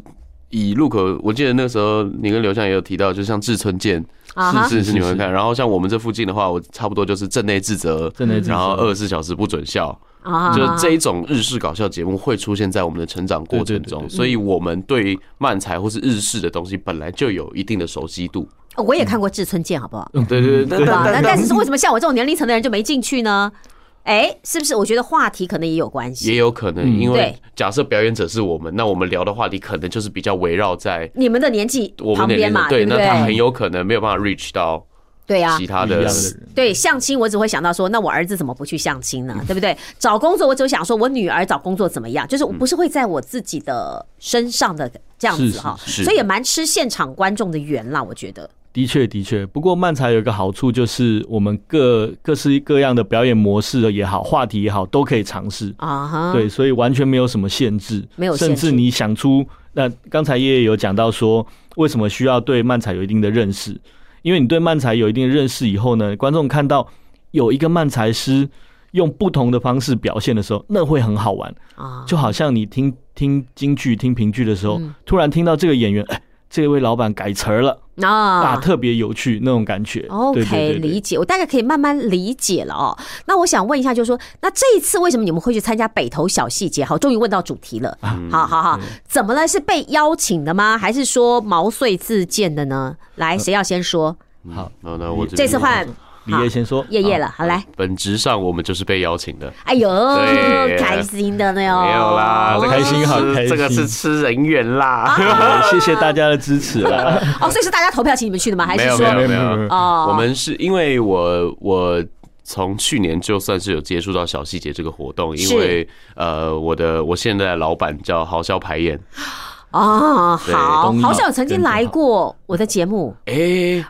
Speaker 1: 以路口，我记得那个时候你跟刘翔也有提到，就像志村健
Speaker 2: 啊哈
Speaker 1: 是是是你
Speaker 3: 是
Speaker 1: 们
Speaker 3: 是
Speaker 1: 看，然后像我们这附近的话，我差不多就是镇内智则，
Speaker 3: 镇内智则
Speaker 1: 然后二十四小时不准笑，
Speaker 2: 啊
Speaker 1: 就是这一种日式搞笑节目会出现在我们的成长过程
Speaker 3: 对对对
Speaker 1: 中，
Speaker 3: 对
Speaker 1: 所以我们对漫才或是日式的东西本来就有一定的熟悉度，
Speaker 2: 哦我也看过志村健，好 不好？
Speaker 1: 对对对，但
Speaker 2: 对吧？
Speaker 1: 但
Speaker 2: 那但是为什么像我这种年龄层的人就没进去呢？哎，是不是？我觉得话题可能也有关系。
Speaker 1: 也有可能，
Speaker 3: 嗯
Speaker 1: 因为
Speaker 2: 对
Speaker 1: 假设表演者是我们，那我们聊的话题可能就是比较围绕在
Speaker 2: 你们的年纪
Speaker 1: 我
Speaker 2: 旁
Speaker 1: 们的
Speaker 2: 边
Speaker 1: 人
Speaker 2: 嘛，
Speaker 1: 对，
Speaker 2: 不
Speaker 1: 那
Speaker 2: 对？
Speaker 1: 他很有可能没有办法 reach 到
Speaker 2: 对啊
Speaker 1: 其，他
Speaker 3: 不一样
Speaker 1: 的
Speaker 3: 的人，
Speaker 2: 对相亲，我只会想到说，那我儿子怎么不去相亲呢？对不对？找工作，我只有想说我女儿找工作怎么样，就是我不是会在我自己的身上的这样
Speaker 3: 嗯
Speaker 2: 子
Speaker 3: 是是
Speaker 2: 哈，
Speaker 1: 是
Speaker 2: 所以也蛮吃现场观众的缘啦，我觉得。
Speaker 3: 的确的确。不过漫才有一个好处就是，我们各各式各样的表演模式也好，话题也好，都可以尝试。
Speaker 2: 啊哈，
Speaker 3: 对，所以完全没有什么限制，
Speaker 2: 没有限
Speaker 3: 甚
Speaker 2: 制
Speaker 3: 至你想出那刚才叶叶有讲到说，为什么需要对漫才有一定的认识？因为你对漫才有一定的认识以后呢，观众看到有一个漫才师用不同的方式表现的时候，那会很好玩。
Speaker 2: 啊，
Speaker 3: 就好像你听听京剧、听评剧的时候，突然听到这个演员，哎，这位老板改词儿了，啊，
Speaker 2: 啊。
Speaker 3: 特别有趣那种感觉。对
Speaker 2: OK，
Speaker 3: 对对
Speaker 2: 理
Speaker 3: 对，
Speaker 2: 解，我大概可以慢慢理解了哦。那我想问一下，就是说，那这一次为什么你们会去参加北投小细节？好，终于问到主题了。
Speaker 3: 啊
Speaker 2: 好好
Speaker 3: 嗯
Speaker 2: 好，怎么了？是被邀请的吗？还是说毛遂自荐的呢？来，
Speaker 3: 呃
Speaker 2: 谁要先说？
Speaker 3: 好，
Speaker 1: 那哦那我
Speaker 2: 这
Speaker 1: 边
Speaker 2: 次换
Speaker 3: 李叶先说，
Speaker 2: 夜夜
Speaker 1: 啊
Speaker 2: 了，好来。
Speaker 1: 本质上我们就是被邀请的，
Speaker 2: 哎呦，
Speaker 1: 对
Speaker 2: 开心的呢哦，
Speaker 1: 没有啦，这个
Speaker 3: 开心
Speaker 1: 是
Speaker 3: 好开心
Speaker 1: 这个是吃人缘啦，
Speaker 3: 啊，谢谢大家的支持啦。
Speaker 2: 哦，所以是大家投票请你们去的吗？还
Speaker 1: 没
Speaker 2: 是
Speaker 1: 有
Speaker 2: 说
Speaker 1: 没有没有，
Speaker 2: 哦，
Speaker 1: 我们是因为我我从去年就算是有接触到小细节这个活动，
Speaker 2: 是
Speaker 1: 因为呃我的我现在的老板叫豪笑排演，
Speaker 2: 哦，
Speaker 1: 对
Speaker 2: 好，
Speaker 3: 东
Speaker 2: 好
Speaker 3: 脑
Speaker 2: 像有曾经
Speaker 3: 真的
Speaker 2: 来
Speaker 3: 好
Speaker 2: 过我的节目，
Speaker 1: 哎，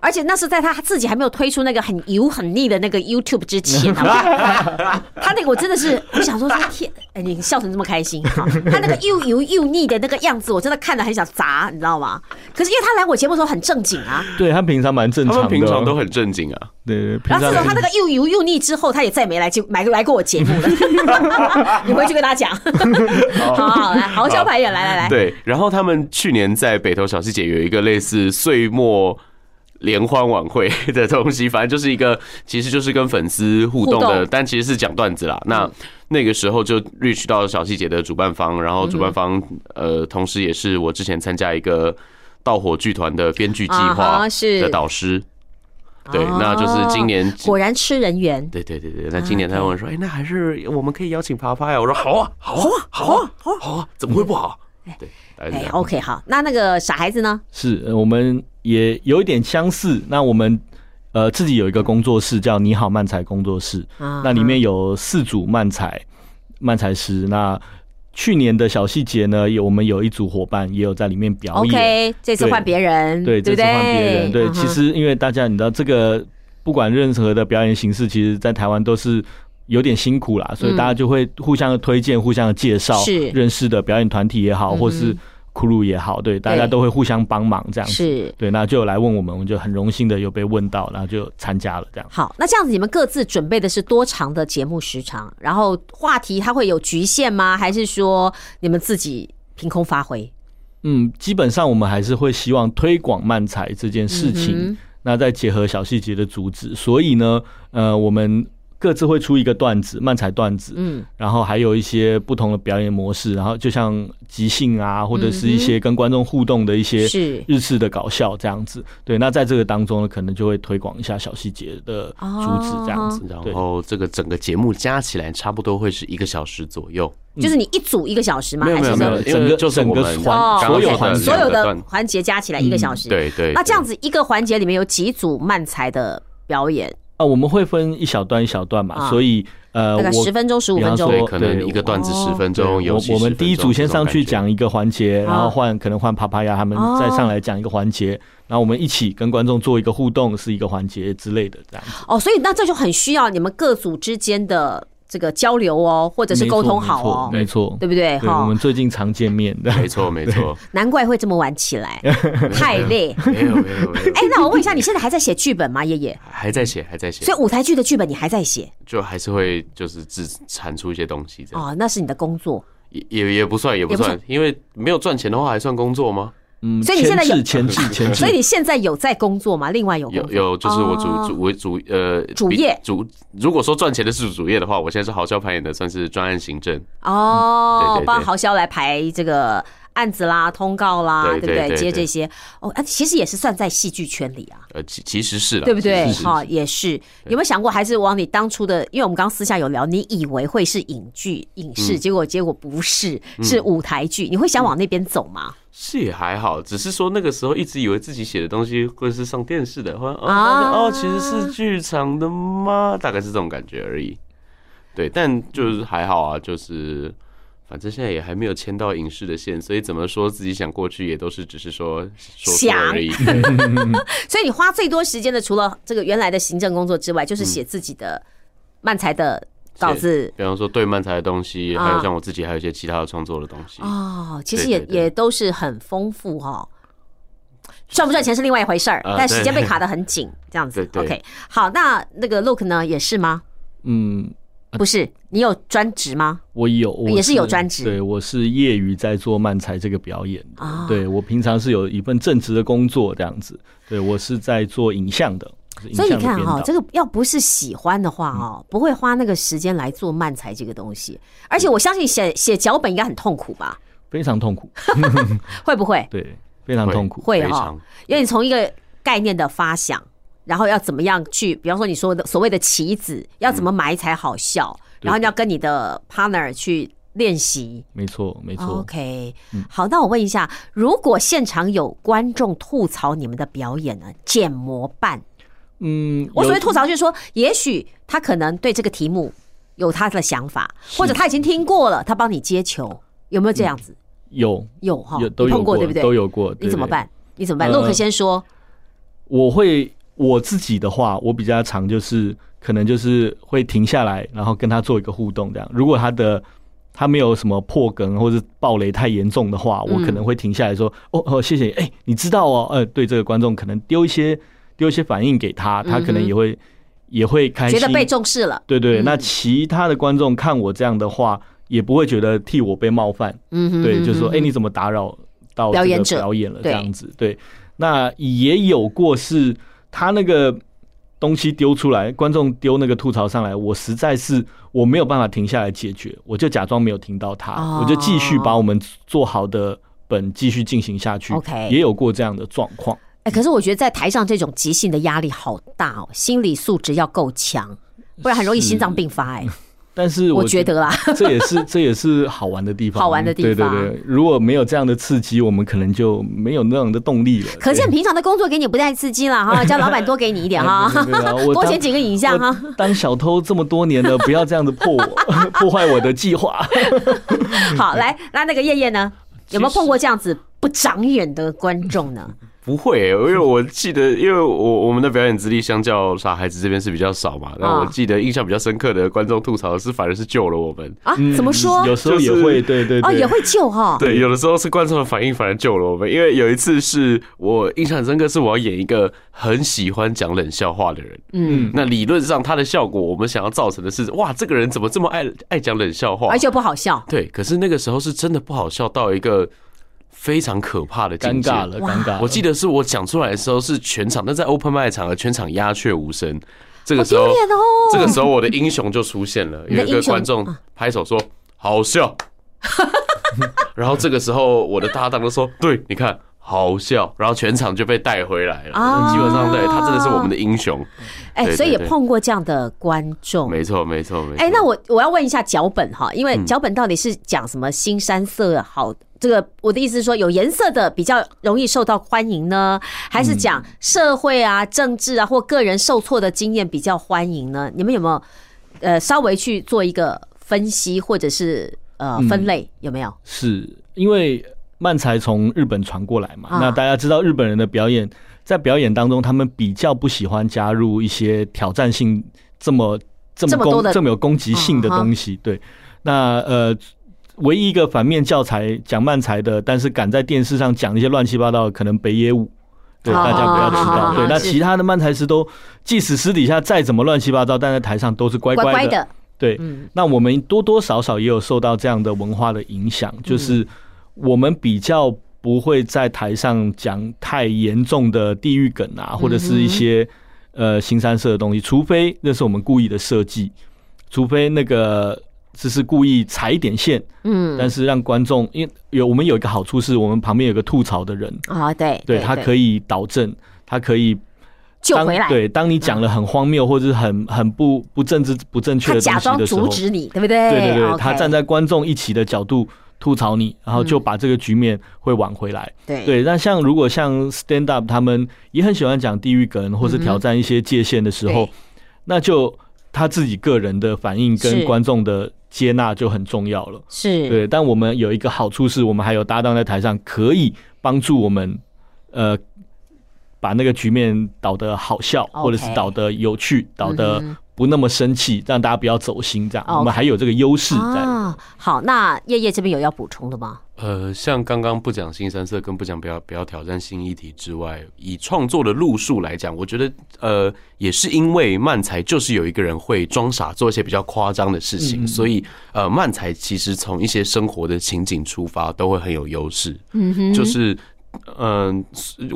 Speaker 2: 而且那是在他自己还没有推出那个很油很腻的那个 YouTube 之前，好吧他那个我真的是，我想说说天，哎，你笑成这么开心哈，他那个又油又腻的那个样子，我真的看了很想砸，你知道吗？可是因为他来我节目的时候很正经啊，
Speaker 3: 对他平常蛮正
Speaker 1: 他
Speaker 3: 常的哦，
Speaker 1: 们平常都很正经啊，
Speaker 3: 对对，对
Speaker 2: 然
Speaker 3: 平
Speaker 2: 后
Speaker 3: 常
Speaker 2: 自从他那
Speaker 3: 是
Speaker 2: 个又油又腻之后，他也再没来就来来过我节目 了。你回去跟他讲，好好好来，好小牌也来来来，
Speaker 1: 对，然后他们去年在北投小细节有一个类似岁末。联欢晚会 的东西，反正就是一个，其实就是跟粉丝互动
Speaker 2: 互
Speaker 1: 的，
Speaker 2: 动嗯
Speaker 1: 但其实是讲段子啦。那那个时候就 reach 到小细节的主办方，然后主办方
Speaker 2: 嗯
Speaker 1: 呃，同时也是我之前参加一个盗火剧团的编剧计
Speaker 2: 啊哈
Speaker 1: 划
Speaker 2: 是
Speaker 1: 的导师。对，
Speaker 2: 哦
Speaker 1: 那就是今年
Speaker 2: 果然吃人缘。
Speaker 1: 对对对对，
Speaker 2: 啊
Speaker 1: 那今年他问我说，哎、那还是我们可以邀请爬爬呀？我说好啊，好啊，好啊，好啊，好啊，怎么会不好？对，大概是这
Speaker 2: 哎
Speaker 1: 样
Speaker 2: ，OK，好，那那个傻孩子呢？
Speaker 3: 是呃我们也有一点相似。那我们呃自己有一个工作室叫“你好漫才工作室”，
Speaker 2: 啊
Speaker 3: 那里面有四组漫才漫才师。那去年的小细节呢，有我们有一组伙伴也有在里面表演。
Speaker 2: 啊 OK，这次换别人，
Speaker 3: 对，
Speaker 2: 嗯对
Speaker 3: 这
Speaker 2: 不
Speaker 3: 次
Speaker 2: 对？
Speaker 3: 换别人。对，
Speaker 2: 嗯哼
Speaker 3: 其实因为大家你知道，这个不管任何的表演形式，其实在台湾都是有点辛苦啦，所以大家就会互相的推荐、互相的介绍
Speaker 2: 嗯是，嗯
Speaker 3: 认识的表演团体也好，或是crew 也好，对，大家都会互相帮忙这样子。
Speaker 2: 是
Speaker 3: 对，那就有来问我们，我们就很荣幸的有被问到，然后就参加了这样。
Speaker 2: 好，那这样子你们各自准备的是多长的节目时长？然后话题它会有局限吗？还是说你们自己凭空发挥？
Speaker 3: 嗯，基本上我们还是会希望推广漫才这件事情，
Speaker 2: 嗯
Speaker 3: 那再结合小细节的主旨，所以呢，呃，我们各自会出一个段子，漫才段子，
Speaker 2: 嗯，
Speaker 3: 然后还有一些不同的表演模式，然后就像即兴啊，或者是一些跟观众互动的一些
Speaker 2: 嗯是
Speaker 3: 日式的搞笑这样子。对，那在这个当中呢，可能就会推广一下小细节的主旨这样
Speaker 2: 哦
Speaker 3: 子。对
Speaker 1: 然后这个整个节目加起来差不多会是一个小时左右，
Speaker 3: 嗯
Speaker 2: 就是你一组一个小时吗？
Speaker 1: 没有
Speaker 2: 还
Speaker 1: 没
Speaker 2: 是
Speaker 1: 有
Speaker 2: 说
Speaker 1: 没有，
Speaker 3: 整个
Speaker 1: 因为就是我们
Speaker 3: 整个
Speaker 2: 哦
Speaker 3: 环
Speaker 1: 刚刚
Speaker 3: 所有
Speaker 1: 说
Speaker 3: 环
Speaker 1: 的
Speaker 3: 节
Speaker 2: 所有
Speaker 1: 两个
Speaker 2: 的
Speaker 1: 段嗯
Speaker 2: 环节加起来一个小时。
Speaker 1: 对对，
Speaker 2: 那这样
Speaker 1: 子
Speaker 2: 子一个环节里面有几组漫才的表演，
Speaker 3: 啊，我们会分一小段一小段嘛，
Speaker 2: 啊
Speaker 3: 所以呃，
Speaker 2: 大概
Speaker 3: 我
Speaker 2: 十分钟、十五
Speaker 3: 比
Speaker 2: 分
Speaker 3: 方
Speaker 2: 钟
Speaker 3: 说。
Speaker 1: 对，可能
Speaker 3: 对
Speaker 1: 一个段子
Speaker 2: 哦
Speaker 1: 十分钟，
Speaker 3: 哦对
Speaker 1: 有
Speaker 3: 我我们第一组先上去讲一个环节，然
Speaker 2: 啊
Speaker 3: 后换可能换帕帕亚他们
Speaker 2: 哦
Speaker 3: 再上来讲一个环节，然后我们一起跟观众做一个互动，是一个环节之类的这样子。
Speaker 2: 哦，所以那这就很需要你们各组之间的这个交流哦，或者是沟通好哦，
Speaker 3: 没错，
Speaker 2: 对不对？
Speaker 3: 对，我们最近常见面 的，
Speaker 1: 没错没 错，
Speaker 2: 难怪会这么晚起来，太累。
Speaker 1: 没有没有没有
Speaker 2: 哎，，那我问一下，你现在还在写剧本吗，爷爷？
Speaker 1: 还在写还在写
Speaker 2: 所，以舞台剧的剧本你还在写
Speaker 1: 就还是会就是自产出一些东西这样，
Speaker 2: 哦，那是你的工作。
Speaker 1: 也也也不算也不
Speaker 2: 也不哦
Speaker 1: 算，因为没有赚钱的话还算工作吗？
Speaker 3: 嗯，
Speaker 2: 所以你现在有
Speaker 3: 前置前置前置，
Speaker 2: 所以你现在有在工作吗？另外有工
Speaker 1: 有
Speaker 2: 作
Speaker 1: 有，就是我
Speaker 2: 哦
Speaker 1: 主主为主呃
Speaker 2: 主
Speaker 1: 比
Speaker 2: 业
Speaker 1: 主，如果说赚钱的是主业的话，我现在是豪销排演的，算是专案行政。
Speaker 2: 哦
Speaker 1: 嗯对对，对
Speaker 2: 帮豪潇来排这个案子啦、通告啦，
Speaker 1: 对
Speaker 2: 对不对？
Speaker 1: 对对
Speaker 2: 接
Speaker 1: 对
Speaker 2: 这些哦，啊，其实也是算在戏剧圈里啊，
Speaker 1: 呃，其其实是啦
Speaker 2: 对不对
Speaker 1: 其？实是
Speaker 2: 哈，也是。有没有想过，还是往你当初的？因为我们刚刚私下有聊，你以为会是影剧、影视，
Speaker 1: 嗯
Speaker 2: 结果结果不是，是舞台剧。你会想往那边走吗？
Speaker 1: 是也还好，只是说那个时候一直以为自己写的东西会是上电视的，或者哦、
Speaker 2: 啊
Speaker 1: 哦，其实是剧场的吗？大概是这种感觉而已。对，但就是还好啊，就是反正现在也还没有牵到影视的线，所以怎么说自己想过去也都是只是说说说而 已。
Speaker 2: 所以你花最多时间的，除了这个原来的行政工作之外，就是写自己的
Speaker 1: 嗯
Speaker 2: 漫才的稿子。
Speaker 1: 比方说对漫才的东西，
Speaker 2: 啊
Speaker 1: 还有像我自己还有一些其他的创作的东西。
Speaker 2: 哦，其实
Speaker 1: 对
Speaker 2: 也
Speaker 1: 对对
Speaker 2: 也都是很丰富哦。赚不赚钱是另外一回事儿，
Speaker 1: 啊
Speaker 2: 但时间
Speaker 1: 对
Speaker 2: 被卡得很紧，这样子
Speaker 1: 对。对
Speaker 2: OK，好，那那个 Look 呢，也是吗？
Speaker 3: 嗯，
Speaker 1: 啊
Speaker 2: 不是，你有专职吗？
Speaker 3: 我有，我
Speaker 2: 啊也是有专职
Speaker 3: 对我是业余在做漫才这个表演的。
Speaker 2: 啊
Speaker 3: 对我平常是有一份正职的工作这样子，对我是在做影像的，是影
Speaker 2: 所以
Speaker 3: 像
Speaker 2: 你
Speaker 3: 的
Speaker 2: 看
Speaker 3: 编
Speaker 2: 哈、
Speaker 3: 导。
Speaker 2: 这个要不是喜欢的话
Speaker 1: 嗯
Speaker 2: 哦，不会花那个时间来做漫才这个东西。而
Speaker 1: 嗯
Speaker 2: 且我相信写写脚本应该很痛苦吧？
Speaker 3: 非常痛苦，
Speaker 2: 会不会？
Speaker 3: 对，非常痛苦。
Speaker 2: 会哦
Speaker 1: 非
Speaker 2: 哈、
Speaker 1: 常
Speaker 2: 因为你从一个概念的发想，然后要怎么样去，比方说你说的所谓的棋子，要怎么埋才好笑，然后你要跟你的 partner 去练习。
Speaker 3: 没错，没错。
Speaker 2: 哦 OK，、好，
Speaker 3: 嗯
Speaker 2: 那我问一下，如果现场有观众吐槽你们的表演呢，建模办？
Speaker 3: 嗯，
Speaker 2: 我所谓
Speaker 3: 有
Speaker 2: 吐槽就是说，也许他可能对这个题目有他的想法，或者他已经听过了，他帮你接球，有没有这样子？
Speaker 3: 有
Speaker 2: 有哈，
Speaker 3: 嗯有
Speaker 2: 你
Speaker 3: 都有
Speaker 2: 碰过对不对？
Speaker 3: 都有过。
Speaker 2: 你怎么
Speaker 3: 对？
Speaker 2: 办？你怎么办
Speaker 3: 呃
Speaker 2: ？Look 先说，
Speaker 3: 我会我自己的话，我比较常就是可能就是会停下来，然后跟他做一个互动这样。如果他的他没有什么破梗或者暴雷太严重的话，
Speaker 2: 嗯
Speaker 3: 我可能会停下来说：“哦哦，谢谢你，哎、你知道哦，呃，对这个观众可能丢一
Speaker 2: 嗯
Speaker 3: 些丢一些反应给他，他可能也会、也会开
Speaker 2: 觉
Speaker 3: 心。”
Speaker 2: 得被嗯重视了，
Speaker 3: 对对，那其他的观众看我这样的话，也不会觉得替我被冒犯。
Speaker 2: 嗯哼，
Speaker 3: 对，就是说，
Speaker 2: 嗯
Speaker 3: 哎、你怎么打扰到
Speaker 2: 表
Speaker 3: 这
Speaker 2: 演
Speaker 3: 个
Speaker 2: 者
Speaker 3: 表演了？这
Speaker 2: 对
Speaker 3: 样子，对。那也有过是他那个东西丢出来，观众丢那个吐槽上来，我实在是我没有办法停下来解决，我就假装没有听到他，
Speaker 2: 哦
Speaker 3: 我就继续把我们做好的本继续进行下去。
Speaker 2: OK
Speaker 3: 也有过这样的状况。
Speaker 2: 哎，可是我觉得在台上这种即兴的压力好大哦，心理素质要够强，不然很容易
Speaker 3: 是
Speaker 2: 心脏病发。哎，
Speaker 3: 但是
Speaker 2: 我
Speaker 3: 我
Speaker 2: 觉得啦，啊
Speaker 3: 这也是 这也是好玩的地方，
Speaker 2: 好玩的地方
Speaker 3: 对对对，如果没有这样的刺激，我们可能就没有那样的动力了。
Speaker 2: 可见
Speaker 3: 对，
Speaker 2: 平常的工作给你不太刺激了哈，叫老板多给你一点哈
Speaker 3: 对对对啊我
Speaker 2: 多
Speaker 3: 当
Speaker 2: 选几个影像哈。
Speaker 3: 我当小偷这么多年了，不要这样 子破我，破坏我的计划。嗯
Speaker 2: 好，来，那那个叶叶呢，有没有
Speaker 1: 其实
Speaker 2: 碰过这样子不长眼的观众呢？
Speaker 1: 不会、欸，因为我记得，因为我我们的表演资历相较傻孩子这边是比较少嘛。那我记得印象比较深刻的观众吐槽的是，反而是救了我们。
Speaker 2: 啊，怎么说？
Speaker 3: 嗯有时候也会，对对对，
Speaker 2: 哦，也会救哈、哦。
Speaker 1: 对，有的时候是观众的反应反而救了我们，因为有一次是我印象很深刻，是我要演一个很喜欢讲冷笑话的人。
Speaker 2: 嗯
Speaker 1: 嗯，那理论上他的效果，我们想要造成的是，哇，这个人怎么这么爱爱讲冷笑话？
Speaker 2: 而且不好笑。
Speaker 1: 对，可是那个时候是真的不好笑到一个非常可怕的境
Speaker 3: 尴
Speaker 1: 界
Speaker 3: 尬了，尴尬了。
Speaker 1: 我记得是我讲出来的时候是全场，但在 open mic 场合全场鸦雀无声。这个时候
Speaker 2: 好丢脸哦，
Speaker 1: 这个时候我的英雄就出现了，
Speaker 2: 你的
Speaker 1: 有一个
Speaker 2: 英雄啊
Speaker 1: 观众拍手说好 笑，然后这个时候我的搭档就说对，你看。好笑，然后全场就被带回来了。
Speaker 2: 啊
Speaker 1: 基本上对他真的是我们的英雄，
Speaker 2: 哎、
Speaker 1: 对
Speaker 2: 所以也
Speaker 1: 对对
Speaker 2: 碰过这样的观众。
Speaker 1: 没错没错没错。
Speaker 2: 哎、那我我要问一下脚本哈，因为
Speaker 3: 嗯
Speaker 2: 脚本到底是讲什么新山色好？这个我的意思是说，有颜色的比较容易受到欢迎呢，还是
Speaker 3: 嗯
Speaker 2: 讲社会啊、政治啊或个人受挫的经验比较欢迎呢？你们有没有呃稍微去做一个分析，或者是
Speaker 3: 嗯
Speaker 2: 呃分类、有没有？
Speaker 3: 是因为漫才从日本传过来嘛，
Speaker 2: 啊
Speaker 3: 那大家知道日本人的表演，在表演当中，他们比较不喜欢加入一些挑战性这么这
Speaker 2: 这么
Speaker 3: 么攻
Speaker 2: 多的
Speaker 3: 这么有攻击性的
Speaker 2: 啊哈
Speaker 3: 东西。对，那呃。唯一一个反面教材讲漫才的，但是敢在电视上讲一些乱七八糟的，可能北野武，对
Speaker 2: 啊
Speaker 3: 大家不要知
Speaker 2: 好好好
Speaker 3: 道。对，
Speaker 2: 好
Speaker 3: 那
Speaker 2: 是
Speaker 3: 其他的漫才师都，即使私底下再怎么乱七八糟，但在台上都是乖
Speaker 2: 乖
Speaker 3: 乖
Speaker 2: 乖
Speaker 3: 的。
Speaker 2: 的，
Speaker 3: 对，
Speaker 2: 嗯
Speaker 3: 那我们多多少少也有受到这样的文化的影响，
Speaker 2: 嗯
Speaker 3: 就是我们比较不会在台上讲太严重的地域梗啊，或者是一
Speaker 2: 嗯
Speaker 3: 些呃新三色的东西，除非那是我们故意的设计，除非那个只是故意踩一点线，
Speaker 2: 嗯，
Speaker 3: 但是让观众，因为有我们有一个好处是我们旁边有个吐槽的人，
Speaker 2: 啊，对
Speaker 3: 对他可
Speaker 2: 以
Speaker 3: 以导正，他可以
Speaker 2: 救
Speaker 3: 当
Speaker 2: 回来，
Speaker 3: 对，当你讲了很荒谬或者是很很不不政治不正确
Speaker 2: 他
Speaker 3: 的
Speaker 2: 假
Speaker 3: 东西
Speaker 2: 装
Speaker 3: 的时候
Speaker 2: 阻，止你，对不对？
Speaker 3: 对对对，
Speaker 2: 哎 OK
Speaker 3: 他站在观众一起的角度吐槽你，然后就把这个局面会挽回来。
Speaker 2: 对
Speaker 3: 对，那像如果像 stand up 他们也很喜欢讲地域梗，或是挑战一些界限的时候，
Speaker 2: 对
Speaker 3: 那就他自己个人的反应
Speaker 2: 是
Speaker 3: 跟观众的接纳就很重要了。
Speaker 2: 是，
Speaker 3: 对，但我们有一个好处是我们还有搭档在台上，可以帮助我们，呃，把那个局面导得好笑
Speaker 2: OK
Speaker 3: 或者是导得有趣，导得
Speaker 2: 嗯哼
Speaker 3: 不那么生气，让大家不要走心，这样
Speaker 2: OK
Speaker 3: 我们还有这个优势在。
Speaker 2: 啊，好，那叶叶这边有要补充的吗？
Speaker 1: 呃，像刚刚不讲新三色跟不讲不要不要挑战新议题之外，以创作的路数来讲，我觉得呃也是因为漫才就是有一个人会装傻做一些比较夸张的事情，所以呃漫才其实从一些生活的情景出发都会很有优势，
Speaker 2: 嗯哼，
Speaker 1: 就是。嗯，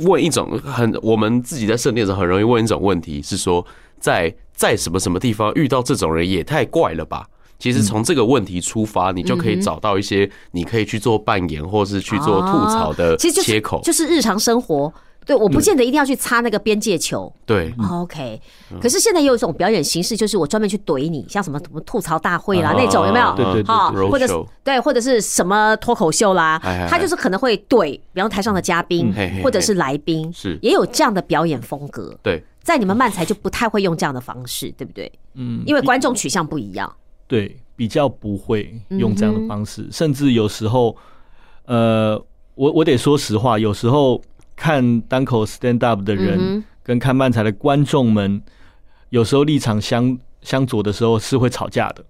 Speaker 1: 问一种很我们自己在圣殿的时候很容易问一种问题，是说在在什么什么地方遇到这种人也太怪了吧？其
Speaker 2: 嗯
Speaker 1: 实从这个问题出发，你就可以找到一些你可以去做扮演或是去做吐槽的
Speaker 2: 哦其实就是
Speaker 1: 切口。
Speaker 2: 就是日常生活。对，我不见得一定要去擦那个边界球。
Speaker 1: 对，
Speaker 2: OK，可是现在也有一种表演形式，就是我专门去怼你，像什么什么吐槽大会啦
Speaker 1: 啊
Speaker 2: 那种，有没有？
Speaker 3: 对对对
Speaker 2: 哈
Speaker 1: 对对
Speaker 2: 或者是
Speaker 1: roadshow
Speaker 2: 对，或者是什么脱口秀啦
Speaker 1: 哎哎哎，
Speaker 2: 他就是可能会怼，比方台上的嘉宾
Speaker 1: 嗯嘿嘿嘿
Speaker 2: 或者是来宾，
Speaker 1: 是
Speaker 2: 也有这样的表演风格。
Speaker 1: 对，
Speaker 2: 在你们漫才就不太会用这样的方式，对不对？
Speaker 3: 嗯，
Speaker 2: 因为观众取向不一样。
Speaker 3: 对，比较不会用这样的方式，
Speaker 2: 嗯
Speaker 3: 甚至有时候，呃，我我得说实话，有时候看单口 stand up 的人、
Speaker 2: 嗯
Speaker 3: 跟看漫才的观众们，有时候立场相相左的时候是会吵架的。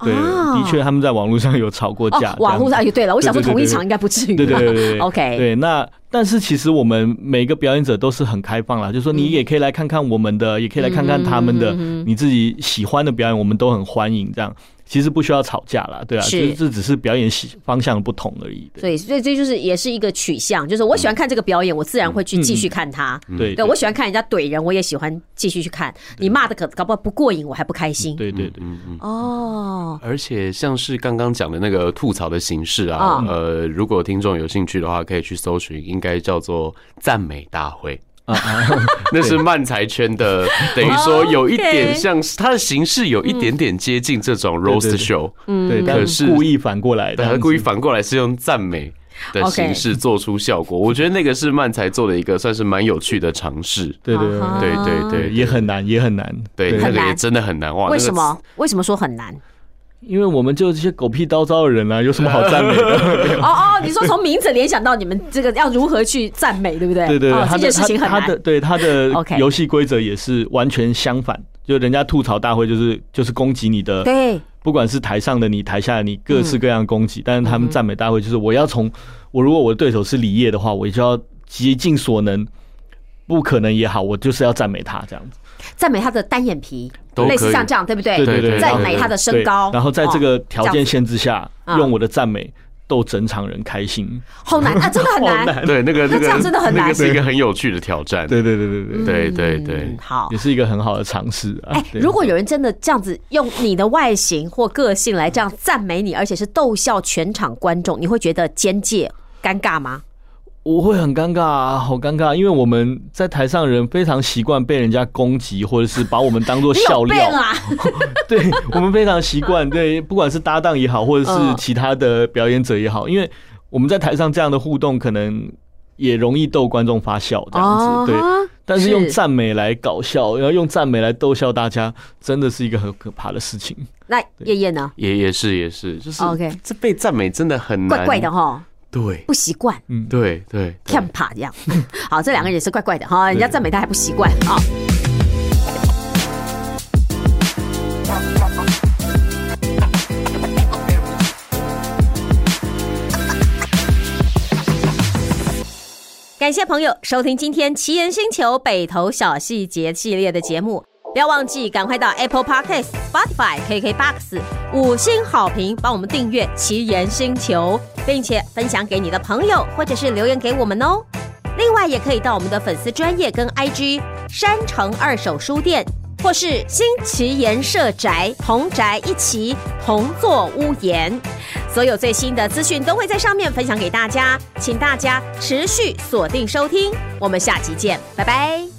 Speaker 3: 对，
Speaker 2: 啊
Speaker 3: 的确他们在网络上有吵过
Speaker 2: 哦
Speaker 3: 架。，
Speaker 2: 网络上哎，对了，我想说
Speaker 3: 对对对
Speaker 2: 同一
Speaker 3: 对
Speaker 2: 场应该不至于吧。
Speaker 3: 对对对对
Speaker 2: OK
Speaker 3: 对，那但是其实我们每个表演者都是很开放啦，就是说
Speaker 2: 嗯
Speaker 3: 你也可以来看看我们的，也可以来看看他们的，你自己喜欢的表演，我们都很欢迎。这样其实不需要吵架啦，对啊，
Speaker 2: 是
Speaker 3: 就是这只是表演喜方向不同而已。对
Speaker 2: 所以，所以这就是也是一个取向，就是我喜欢看这个表演，我自然会去继续看它。
Speaker 3: 对
Speaker 2: 对我喜欢看人家怼人，我也喜欢继续去看。你骂的可搞不好不过瘾，我还不开心。
Speaker 3: 对对对，
Speaker 1: 嗯嗯。
Speaker 2: 哦，
Speaker 1: 而且像是刚刚讲的那个吐槽的形式啊，
Speaker 2: 嗯
Speaker 1: 呃，如果听众有兴趣的话，可以去搜寻，应该叫做赞美大会。
Speaker 3: 啊
Speaker 1: 那是漫才圈的，等于说
Speaker 2: 哦
Speaker 1: 有一点像是它的形式有一点点接近这种 roast
Speaker 3: 对对
Speaker 1: show，
Speaker 2: 嗯
Speaker 3: 对，但
Speaker 1: 可是
Speaker 3: 故意反过来的，
Speaker 1: 但它故意反过来是用赞美的
Speaker 2: OK
Speaker 1: 形式做出效果。我觉得那个是漫才做的一个算是蛮有趣的尝试，
Speaker 3: 对对
Speaker 2: 啊哈
Speaker 1: 对对
Speaker 3: 对，
Speaker 1: 对，
Speaker 3: 也很难，也很难。
Speaker 1: 对，那
Speaker 3: 对
Speaker 1: 个
Speaker 2: 很
Speaker 1: 也
Speaker 2: 难
Speaker 1: 真的很难哇。
Speaker 2: 为
Speaker 1: 那个
Speaker 2: 什么？为什么说很难？
Speaker 3: 因为我们就是一些狗屁叨叨的人啊，有什么好赞美的？
Speaker 2: 哦哦，你说从名字联想到你们这个要如何去赞美，对不对？
Speaker 3: 对对对，
Speaker 2: 哦，
Speaker 3: 他
Speaker 2: 这件
Speaker 3: 的
Speaker 2: 事情很
Speaker 3: 他他的
Speaker 2: 难。
Speaker 3: 对他
Speaker 2: OK
Speaker 3: 的游戏规则也是完全相反，就人家吐槽大会就是就是攻击你的，
Speaker 2: 对，
Speaker 3: 不管是台上的你，台下的你，各式各样的攻击。但是
Speaker 2: 嗯
Speaker 3: 他们赞美大会就是我要从我如果我的对手是李烨的话，我就要竭尽所能，不可能也好，我就是要赞美他这样子。
Speaker 2: 赞美他的单眼皮
Speaker 1: 都，可以
Speaker 2: 类似像这样，对不哎对？
Speaker 3: 对对对，
Speaker 2: 赞
Speaker 3: 对
Speaker 2: 美
Speaker 3: 对
Speaker 2: 他的身高哦
Speaker 3: 对，然后在这个条
Speaker 2: 这样
Speaker 3: 件限制下，
Speaker 2: 啊
Speaker 3: 用我的赞美逗整场人开心。
Speaker 2: 好难啊，真的很
Speaker 3: 好
Speaker 2: 难。
Speaker 1: 对那个那
Speaker 2: 那这
Speaker 1: 个
Speaker 2: 样真的很难
Speaker 1: 那个是一个很有趣的挑战。
Speaker 3: 对对对对对，
Speaker 1: 对对对
Speaker 2: 嗯，好
Speaker 3: 也。是一个很好的尝试啊。
Speaker 2: 哎，
Speaker 3: 对
Speaker 2: 如果有人真的这样子用你的外形或个性来这样赞美你，而且是逗笑全场观众，你会觉得尖界尴尬吗？
Speaker 3: 我会很尴尬啊，好尴尬，因为我们在台上人非常习惯被人家攻击，或者是把我们当 做
Speaker 2: 你有
Speaker 3: 笑
Speaker 2: 病
Speaker 3: 料。
Speaker 2: 啊！
Speaker 3: 对我们非常习惯，对，不管是搭档也好，或者是
Speaker 2: 嗯
Speaker 3: 其他的表演者也好，因为我们在台上这样的互动，可能也容易逗观众发笑这样子。
Speaker 2: 哦
Speaker 3: 对，
Speaker 2: 哈
Speaker 3: 但是用
Speaker 2: 是
Speaker 3: 赞美来搞笑，然后用赞美来逗笑大家，真的是一个很可怕的事情。
Speaker 2: 那叶叶呢？
Speaker 1: 也也是也是，就是
Speaker 2: OK
Speaker 1: 这被赞美真的很难，
Speaker 2: 怪怪的哦哈，
Speaker 1: 对
Speaker 2: 不习惯。
Speaker 1: 对对，对
Speaker 2: camp 这样， 好，这两个人也是怪怪的哈，人家赞美他还不习惯啊。感谢朋友收听今天《奇人星球北投小细节》系列的节目，不要忘记赶快到 Apple Podcast、Spotify、KKBox 五星好评，帮我们订阅《奇人星球》，并且分享给你的朋友，或者是留言给我们哦。另外，也可以到我们的粉丝专业跟 IG 山城二手书店。或是新奇颜社宅、同宅一起同坐屋檐。所有最新的资讯都会在上面分享给大家，请大家持续锁定收听。我们下集见，拜拜。